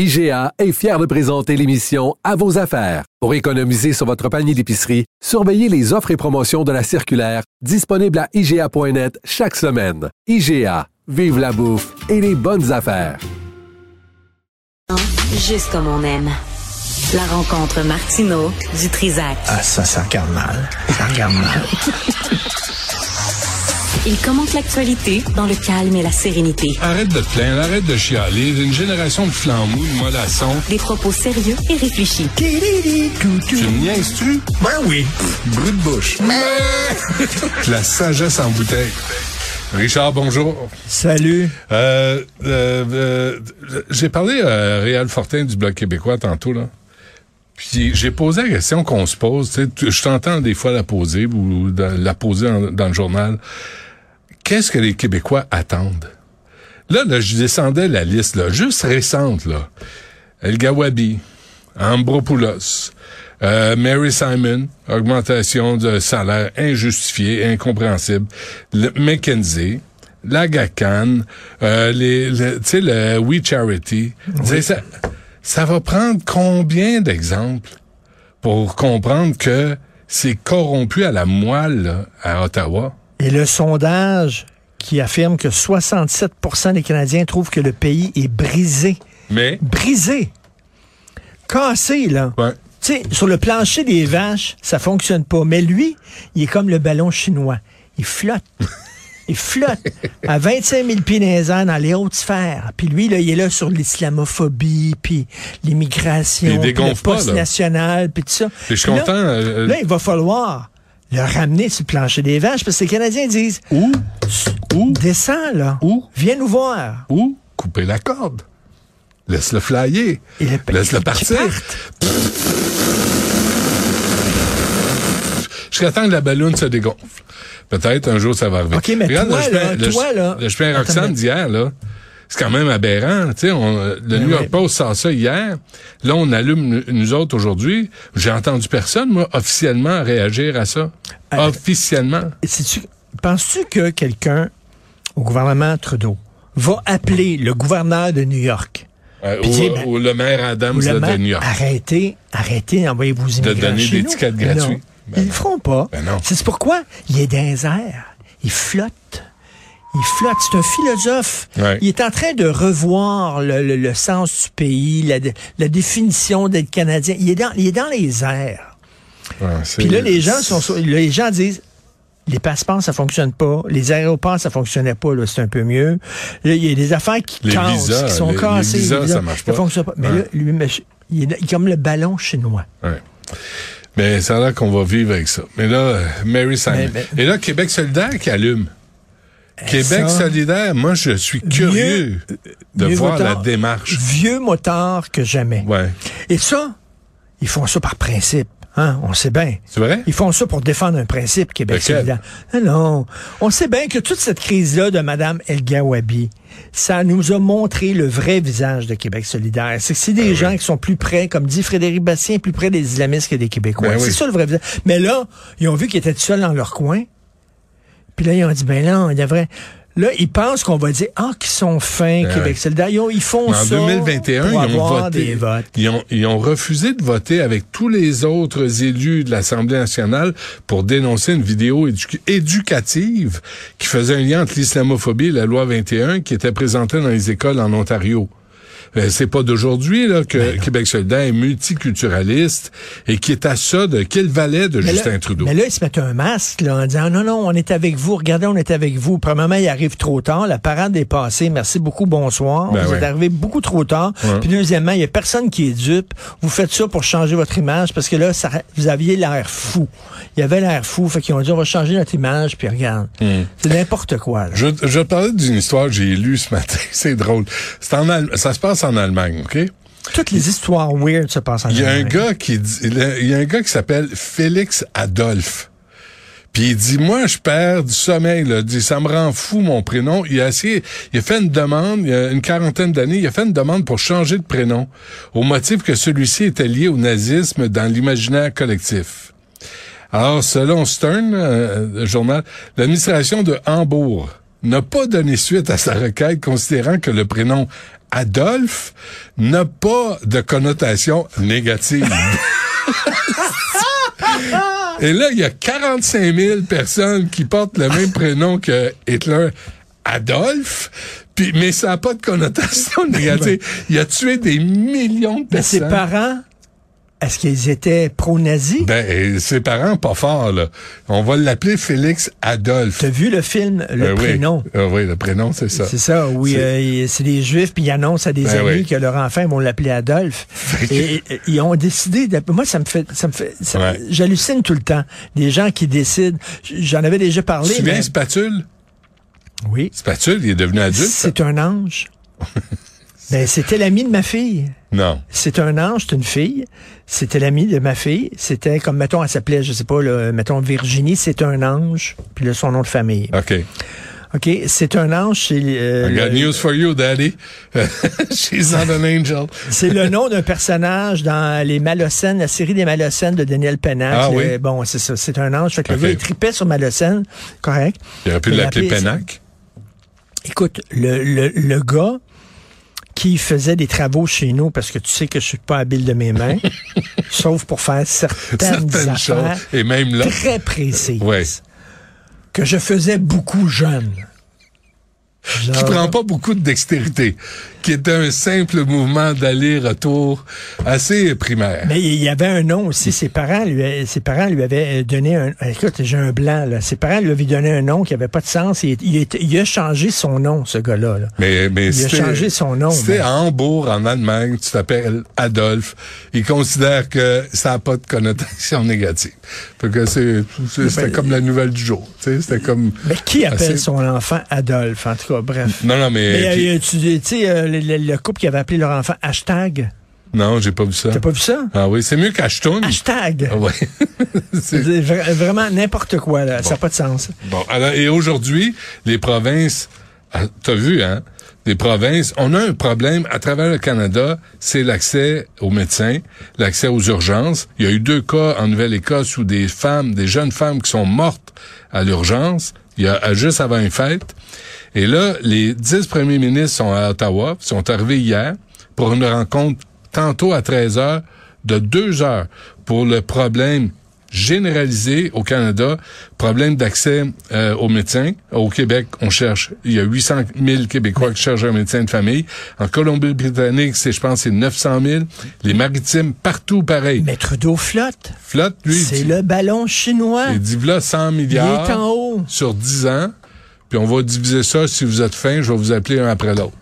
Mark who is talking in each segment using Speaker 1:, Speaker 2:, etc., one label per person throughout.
Speaker 1: IGA est fier de présenter l'émission À vos affaires. Pour économiser sur votre panier d'épicerie, surveillez les offres et promotions de la circulaire disponible à IGA.net chaque semaine. IGA, vive la bouffe et les bonnes affaires.
Speaker 2: Juste comme on aime. La rencontre Martino du Trisac.
Speaker 3: Ah, ça, ça regarde mal. Ça regarde mal.
Speaker 2: Il commente l'actualité dans le calme et la sérénité.
Speaker 4: Arrête de te plaindre, arrête de chialer. Une génération de flambous, de mollassons.
Speaker 2: Des propos sérieux et réfléchis.
Speaker 4: Tu me niaises-tu?
Speaker 3: Ben oui.
Speaker 4: Brut de bouche. La sagesse en bouteille. Richard, bonjour.
Speaker 3: Salut.
Speaker 4: Euh, euh, euh, j'ai parlé à Réal Fortin du Bloc québécois tantôt, là. Puis j'ai posé la question qu'on se pose. tu sais, tu- Je t'entends des fois la poser ou dans- la poser en- dans le journal. Qu'est-ce que les Québécois attendent? Là, là, je descendais la liste, là, juste récente, là. El Gawabi, Ambropoulos, euh, Mary Simon, augmentation de salaire injustifiée, incompréhensible, le McKenzie, la GACAN, euh, les, le- tu sais, le We Charity. Tu sais, Ça, ça va prendre combien d'exemples pour comprendre que c'est corrompu à la moelle là, à Ottawa?
Speaker 3: Et le sondage qui affirme que 67 des Canadiens trouvent que le pays est brisé.
Speaker 4: Mais,
Speaker 3: Brisé. Cassé, là.
Speaker 4: ouais.
Speaker 3: Tu sais, sur le plancher des vaches, ça fonctionne pas. Mais lui, il est comme le ballon chinois. Il flotte. Il flotte à 25 000 pieds dans les airs, dans les hautes sphères. Puis lui, là, il est là sur l'islamophobie, puis
Speaker 4: Puis il
Speaker 3: l'immigration, puis le
Speaker 4: dégonfle pas,
Speaker 3: poste
Speaker 4: là.
Speaker 3: national, puis tout ça.
Speaker 4: Puis je suis
Speaker 3: Puis là,
Speaker 4: content, euh,
Speaker 3: là, il va falloir le ramener sur le plancher des vaches, parce que les Canadiens disent,
Speaker 4: Ou, ou,
Speaker 3: descends, là.
Speaker 4: Où?
Speaker 3: Viens nous voir.
Speaker 4: ou couper la corde. Laisse-le flyer.
Speaker 3: Et le-
Speaker 4: Laisse-le
Speaker 3: Ben, qu'il
Speaker 4: partir.
Speaker 3: parte.
Speaker 4: Jusqu'à temps que la ballonne se dégonfle. Peut-être un jour ça va arriver.
Speaker 3: OK, mais toi,
Speaker 4: le chemin-
Speaker 3: là,
Speaker 4: le,
Speaker 3: toi,
Speaker 4: ch-
Speaker 3: là,
Speaker 4: le chemin
Speaker 3: attends une
Speaker 4: Roxane
Speaker 3: minute.
Speaker 4: d'hier, là, c'est quand même aberrant. Tu sais, on- euh, le New York
Speaker 3: Ben oui.
Speaker 4: Post sort ça hier. Là, on allume nous- nous autres aujourd'hui. J'ai entendu personne, moi, officiellement réagir à ça.
Speaker 3: Euh,
Speaker 4: officiellement.
Speaker 3: Sais-tu- Penses-tu que quelqu'un au gouvernement Trudeau va appeler le gouverneur de New York
Speaker 4: Euh,
Speaker 3: puis
Speaker 4: ou,
Speaker 3: dis, ben,
Speaker 4: ou le maire Adams
Speaker 3: ou le
Speaker 4: là, de
Speaker 3: maire,
Speaker 4: New York.
Speaker 3: arrêtez, arrêtez, envoyez vos immigrants
Speaker 4: donner
Speaker 3: chez
Speaker 4: des
Speaker 3: nous.
Speaker 4: tickets
Speaker 3: Non.
Speaker 4: gratuits. Ben
Speaker 3: ils
Speaker 4: non.
Speaker 3: le feront pas.
Speaker 4: Ben non.
Speaker 3: C'est pourquoi il est dans les airs. Il flotte. Il flotte. C'est un philosophe.
Speaker 4: Ouais.
Speaker 3: Il est en train de revoir le, le- le sens du pays, la, dé- la définition d'être Canadien. Il est dans, il est dans les airs.
Speaker 4: Ouais, c'est-
Speaker 3: Puis là, les gens sont sur- les gens disent les passeports, ça fonctionne pas. Les aéroports, ça fonctionnait pas. Là, c'est un peu mieux. Là, il y a des affaires qui
Speaker 4: Les
Speaker 3: cassent,
Speaker 4: visas,
Speaker 3: qui sont
Speaker 4: les- les
Speaker 3: cassées.
Speaker 4: visas, ça marche pas.
Speaker 3: fonctionne pas. Mais
Speaker 4: Ouais.
Speaker 3: là, lui, mais je- il est comme le ballon chinois.
Speaker 4: Ouais. Mais Ben, ça a l'air qu'on va vivre avec ça. Mais là, euh, Mary Simon.
Speaker 3: Mais- mais- Eh,
Speaker 4: Et là, Québec solidaire qui allume. Québec
Speaker 3: ça-
Speaker 4: solidaire, moi, je suis curieux de
Speaker 3: Mieux
Speaker 4: voir la
Speaker 3: motard-
Speaker 4: démarche.
Speaker 3: Vieux motard que jamais.
Speaker 4: Ouais.
Speaker 3: Et ça, ils font ça par principe. Hein, on sait bien.
Speaker 4: C'est vrai?
Speaker 3: Ils font ça pour défendre un principe, Québec
Speaker 4: Lequel?
Speaker 3: solidaire. Ah non. On sait bien que toute cette crise-là de Mme Elgawabi, ça nous a montré le vrai visage de Québec solidaire. C'est que c'est
Speaker 4: Ben
Speaker 3: des gens qui sont plus près, comme dit Frédéric Bastien, plus près des islamistes que des Québécois.
Speaker 4: Ben
Speaker 3: c'est
Speaker 4: oui.
Speaker 3: ça le vrai visage. Mais là, ils ont vu qu'ils étaient tout seuls dans leur coin. Puis là, ils ont dit, ben non, il devrait... Là, ils pensent qu'on va dire, ah, qu'ils sont fins,
Speaker 4: Ben
Speaker 3: Québec
Speaker 4: ouais.
Speaker 3: solidaire. Ils, ont- ils font
Speaker 4: Mais en
Speaker 3: ça
Speaker 4: 2021, ils
Speaker 3: pour
Speaker 4: ont
Speaker 3: avoir
Speaker 4: voté.
Speaker 3: des votes.
Speaker 4: Ils, ont, ils ont refusé de voter avec tous les autres élus de l'Assemblée nationale pour dénoncer une vidéo édu- éducative qui faisait un lien entre l'islamophobie et la loi 21 qui était présentée dans les écoles en Ontario. Euh, C'est pas d'aujourd'hui là que
Speaker 3: Ben
Speaker 4: Québec solidaire est multiculturaliste et qui est à ça de quel valet de
Speaker 3: Mais
Speaker 4: Justin
Speaker 3: là-
Speaker 4: Trudeau.
Speaker 3: Mais là, ils se mettent un masque là, en disant non, non, on est avec vous, regardez, on est avec vous. Premièrement, il arrive trop tard, la parade est passée, merci beaucoup, bonsoir.
Speaker 4: Ben
Speaker 3: vous
Speaker 4: ouais.
Speaker 3: êtes arrivé beaucoup trop tard.
Speaker 4: Ouais.
Speaker 3: Puis deuxièmement, il n'y a personne qui est dupe. Vous faites ça pour changer votre image parce que là, ça, vous aviez l'air fou. Il y avait l'air fou, fait qu'ils ont dit on va changer notre image, puis regarde.
Speaker 4: Hmm.
Speaker 3: C'est n'importe quoi. là.
Speaker 4: Je, je parlais d'une histoire que j'ai lue ce matin. C'est drôle. C'est en Allem- ça se passe en Allemagne, OK?
Speaker 3: Toutes les histoires weird se passent en
Speaker 4: Il y a un
Speaker 3: Amérique.
Speaker 4: gars qui dit, il y a un gars qui s'appelle Félix Adolphe. Puis il dit moi je perds du sommeil là, Il dit ça me rend fou mon prénom. Il a essayé, il a fait une demande il y a une quarantaine d'années, il a fait une demande pour changer de prénom au motif que celui-ci était lié au nazisme dans l'imaginaire collectif. Alors, selon Stern, euh, le journal, l'administration de Hambourg n'a pas donné suite à sa requête, considérant que le prénom Adolphe n'a pas de connotation négative. Et là, il y a 45 000 personnes qui portent le même prénom que Hitler, Adolphe, puis, mais ça n'a pas de connotation négative. Il a tué des millions de
Speaker 3: Mais ses
Speaker 4: personnes.
Speaker 3: parents, est-ce qu'ils étaient pro-nazis?
Speaker 4: Ben, et ses parents, pas fort, là. On va l'appeler Félix Adolphe.
Speaker 3: T'as vu le film Le
Speaker 4: Euh, oui.
Speaker 3: Prénom?
Speaker 4: Ah oui, le prénom, c'est ça.
Speaker 3: C'est ça, oui.
Speaker 4: C'est-
Speaker 3: euh, il- C'est des Juifs, puis ils annoncent à des
Speaker 4: Ben
Speaker 3: amis
Speaker 4: oui.
Speaker 3: que leur enfant, ils vont l'appeler Adolphe.
Speaker 4: que-
Speaker 3: Et, et- ils ont décidé... d'appeler- Moi, ça me fait... ça me fait ça-
Speaker 4: Ouais.
Speaker 3: J'hallucine tout le temps. Des gens qui décident... J'en avais déjà
Speaker 4: Tu
Speaker 3: parlé,
Speaker 4: te souviens,
Speaker 3: mais...
Speaker 4: Spatule?
Speaker 3: Oui.
Speaker 4: Spatule, il est devenu adulte? ça?
Speaker 3: C'est un ange. ben, c'était l'ami de ma fille.
Speaker 4: Non.
Speaker 3: C'est un ange, c'est une fille. C'était l'ami de ma fille. C'était comme, mettons, elle s'appelait, je sais pas, là, mettons, Virginie, c'est un ange. Puis là, son nom de famille.
Speaker 4: OK.
Speaker 3: OK? C'est un ange, c'est euh,
Speaker 4: I got
Speaker 3: le,
Speaker 4: news for you, daddy. She's not an angel.
Speaker 3: c'est le nom d'un personnage dans les Malocènes, la série des Malocènes de Daniel Pennac.
Speaker 4: Ah
Speaker 3: Le-
Speaker 4: oui?
Speaker 3: Bon, c'est ça, c'est un ange. Fait que
Speaker 4: OK.
Speaker 3: le gars, il tripait sur Malocène. Correct.
Speaker 4: Il aurait pu
Speaker 3: Il
Speaker 4: l'appeler
Speaker 3: l'appelait-
Speaker 4: Penac.
Speaker 3: Écoute, le, le, le gars qui faisait des travaux chez nous, parce que tu sais que je suis pas habile de mes mains, sauf pour faire certaines,
Speaker 4: Certaines
Speaker 3: affaires
Speaker 4: choses. Et même là.
Speaker 3: très précises,
Speaker 4: Ouais.
Speaker 3: que je faisais beaucoup jeune.
Speaker 4: Qui
Speaker 3: Genre-
Speaker 4: prend pas beaucoup de dextérité. Qui est un simple mouvement d'aller-retour assez primaire.
Speaker 3: Mais il y avait un nom aussi. Ses parents lui, ses parents lui avaient donné un. Écoute, j'ai un blanc là. Ses parents lui avaient donné un nom qui avait pas de sens. Il, est- il est- il a changé son nom, ce gars-là. là.
Speaker 4: Mais, mais
Speaker 3: Il a
Speaker 4: c'était-
Speaker 3: changé son nom,
Speaker 4: C'était
Speaker 3: mais-
Speaker 4: à Hambourg, en Allemagne, tu t'appelles Adolphe. Ils considèrent que ça n'a pas de connotation négative. Fait que c'est, c'est- c'était comme la nouvelle du jour. tu sais, C'était comme.
Speaker 3: Mais qui appelle
Speaker 4: assez-
Speaker 3: son enfant Adolphe En tout cas, bref.
Speaker 4: Non, non, mais.
Speaker 3: Mais,
Speaker 4: qui-
Speaker 3: euh, tu tu sais, euh, le, le- le couple qui avait appelé leur enfant hashtag.
Speaker 4: Non, j'ai pas vu ça.
Speaker 3: T'as pas vu ça?
Speaker 4: Ah oui, c'est mieux qu'Ashton.
Speaker 3: Hashtag.
Speaker 4: Ah ouais. C'est-
Speaker 3: C'est vra- vraiment n'importe quoi, là. Ça n'a pas de sens.
Speaker 4: Bon, alors, et aujourd'hui, les provinces, ah, t'as vu, hein, les provinces, on a un problème à travers le Canada, c'est l'accès aux médecins, l'accès aux urgences. Il y a eu deux cas en Nouvelle-Écosse où des femmes, des jeunes femmes qui sont mortes à l'urgence, il y a à- juste avant une fête. Et là, les dix premiers ministres sont à Ottawa, sont arrivés hier pour une rencontre tantôt à 13 heures de deux heures pour le problème généralisé au Canada, problème d'accès euh, aux médecins. Au Québec, on cherche, il y a 800 000 Québécois qui cherchent un médecin de famille. En Colombie-Britannique, c'est, je pense, c'est 900 000. Les maritimes, partout pareil.
Speaker 3: Mais Trudeau flotte.
Speaker 4: Flotte, lui,
Speaker 3: C'est
Speaker 4: dit-
Speaker 3: le ballon chinois.
Speaker 4: il dit, voilà 100
Speaker 3: Il
Speaker 4: milliards
Speaker 3: est en haut.
Speaker 4: sur 10 ans, puis on va diviser ça. Si vous êtes fin, je vais vous appeler un après l'autre.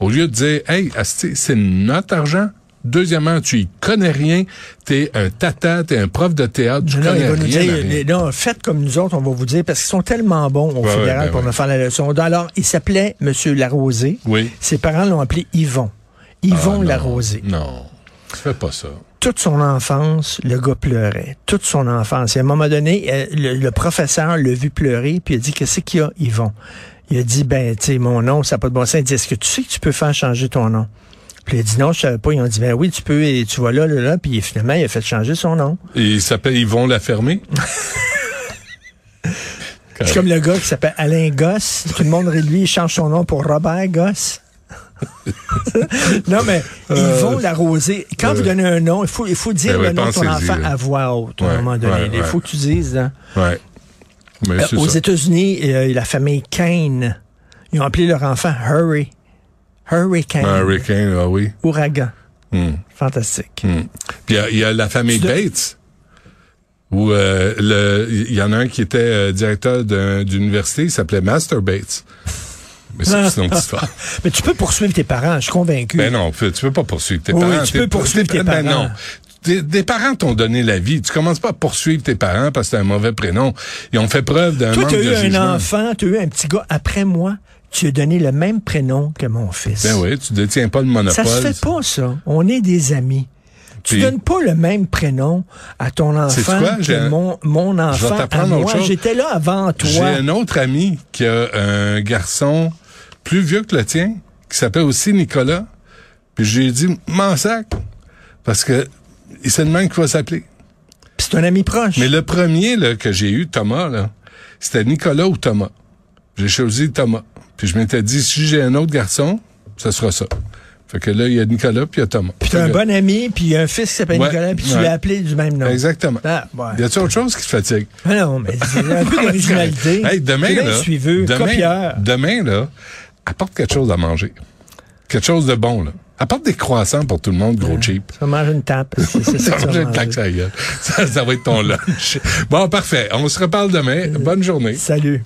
Speaker 4: Au lieu de dire, hey, asti, c'est notre argent. Deuxièmement, tu y connais rien. T'es un tata, t'es un prof de théâtre, tu
Speaker 3: Non, non, il
Speaker 4: connais
Speaker 3: va nous
Speaker 4: rien.
Speaker 3: dire,
Speaker 4: à rien.
Speaker 3: les- non, faites comme nous autres, on va vous dire, parce qu'ils sont tellement bons au
Speaker 4: Ouais,
Speaker 3: fédéral
Speaker 4: ouais, ben
Speaker 3: pour
Speaker 4: ouais.
Speaker 3: nous faire la leçon. Alors, il s'appelait M. Larosé.
Speaker 4: Oui.
Speaker 3: Ses parents l'ont appelé Yvon.
Speaker 4: Ah,
Speaker 3: Yvon
Speaker 4: non.
Speaker 3: Larosé.
Speaker 4: Non, tu fais pas ça.
Speaker 3: Toute son enfance, le gars pleurait. Toute son enfance. Et à un moment donné, euh, le, le professeur l'a vu pleurer, puis il a dit, qu'est-ce qu'il y a, Yvon? Il a dit, ben, tu sais, mon nom, ça n'a pas de bon sens. Il dit, est-ce que tu sais que tu peux faire changer ton nom? Puis il a dit, non, je savais pas. Ils ont dit, ben oui, tu peux, et tu vas là, là, là. Puis finalement, il a fait changer son nom.
Speaker 4: Et il s'appelle Yvon Lafermé.
Speaker 3: C'est
Speaker 4: Euh,
Speaker 3: comme le gars qui s'appelle Alain Gosse. Tout le monde rit de lui, il change son nom pour Robert Gosse. non, mais ils vont l'arroser. Quand vous donnez un nom, il faut, il faut dire
Speaker 4: Euh, Ben oui,
Speaker 3: le nom de ton
Speaker 4: pensez-y,
Speaker 3: enfant
Speaker 4: là.
Speaker 3: à voix haute à
Speaker 4: Ouais,
Speaker 3: un moment donné.
Speaker 4: ouais,
Speaker 3: Il
Speaker 4: ouais.
Speaker 3: faut que tu dises. hein.
Speaker 4: Ouais. Mais
Speaker 3: Euh,
Speaker 4: c'est
Speaker 3: aux
Speaker 4: ça.
Speaker 3: États-Unis, euh, la famille Kane, ils ont appelé leur enfant Hurry. Hurricane.
Speaker 4: Un hurricane, ah oui.
Speaker 3: Ouragan.
Speaker 4: Hmm.
Speaker 3: Fantastique.
Speaker 4: Puis il y a- il y, a la famille
Speaker 3: Tu dois-
Speaker 4: Bates, où euh, le- il y en a un qui était euh, directeur d'un- d'une université, il s'appelait Master Bates. Mais c'est
Speaker 3: Ah.
Speaker 4: c'est une autre histoire.
Speaker 3: Mais tu peux poursuivre tes parents, je suis convaincu.
Speaker 4: Ben non, tu tu peux pas poursuivre tes
Speaker 3: Oui,
Speaker 4: parents.
Speaker 3: tu
Speaker 4: T'es-
Speaker 3: peux poursuivre tes
Speaker 4: Ben
Speaker 3: parents.
Speaker 4: non. Tes, tes parents t'ont donné la vie. Tu commences pas à poursuivre tes parents parce que t'as un mauvais prénom. Ils ont fait preuve d'un
Speaker 3: Toi,
Speaker 4: manque
Speaker 3: tu as
Speaker 4: de
Speaker 3: eu un
Speaker 4: jugement.
Speaker 3: enfant, tu as eu un petit gars après moi tu as donné le même prénom que mon fils.
Speaker 4: Ben oui, tu détiens pas le
Speaker 3: Ça
Speaker 4: monopole.
Speaker 3: se fait pas, ça. On est des amis. Tu
Speaker 4: Puis-
Speaker 3: donnes pas le même prénom à ton
Speaker 4: Sais-tu
Speaker 3: enfant
Speaker 4: quoi? J'ai
Speaker 3: que
Speaker 4: un-
Speaker 3: mon, mon
Speaker 4: Je vais
Speaker 3: enfant à
Speaker 4: t'apprendre autre
Speaker 3: moi.
Speaker 4: chose.
Speaker 3: J'étais là avant toi.
Speaker 4: J'ai un autre ami qui a un garçon plus vieux que le tien, qui s'appelle aussi Nicolas. Puis j'ai dit, m'en sac, parce que il se demande qu'il va s'appeler.
Speaker 3: Puis C'est un ami proche.
Speaker 4: Mais le premier là, que j'ai eu, Thomas, là, c'était Nicolas ou Thomas. J'ai choisi Thomas. Puis je m'étais dit, si j'ai un autre garçon, ce sera ça. Fait que là, il y a Nicolas, puis il y a Thomas.
Speaker 3: Puis t'as un
Speaker 4: Fait que-
Speaker 3: bon ami, puis un fils qui s'appelle
Speaker 4: Ouais,
Speaker 3: Nicolas, puis tu
Speaker 4: ouais.
Speaker 3: l'as appelé du même nom.
Speaker 4: Exactement.
Speaker 3: Ah, ouais.
Speaker 4: Y a-tu autre chose qui te fatigue?
Speaker 3: Ah non, mais c'est un peu d'originalité.
Speaker 4: Hey, demain,
Speaker 3: C'est bien
Speaker 4: là,
Speaker 3: suiveux,
Speaker 4: demain,
Speaker 3: copieur.
Speaker 4: demain, là, apporte quelque chose à manger. Quelque chose de bon, là. Apporte des croissants pour tout le monde, gros cheap.
Speaker 3: Ça mange une tape. C'est Ah. c'est ça
Speaker 4: Ça,
Speaker 3: que ça
Speaker 4: va être
Speaker 3: mange.
Speaker 4: claque
Speaker 3: Euh,
Speaker 4: sa gueule. Ça- ça va être ton lunch. Bon, parfait. On se reparle demain. Bonne journée.
Speaker 3: Salut.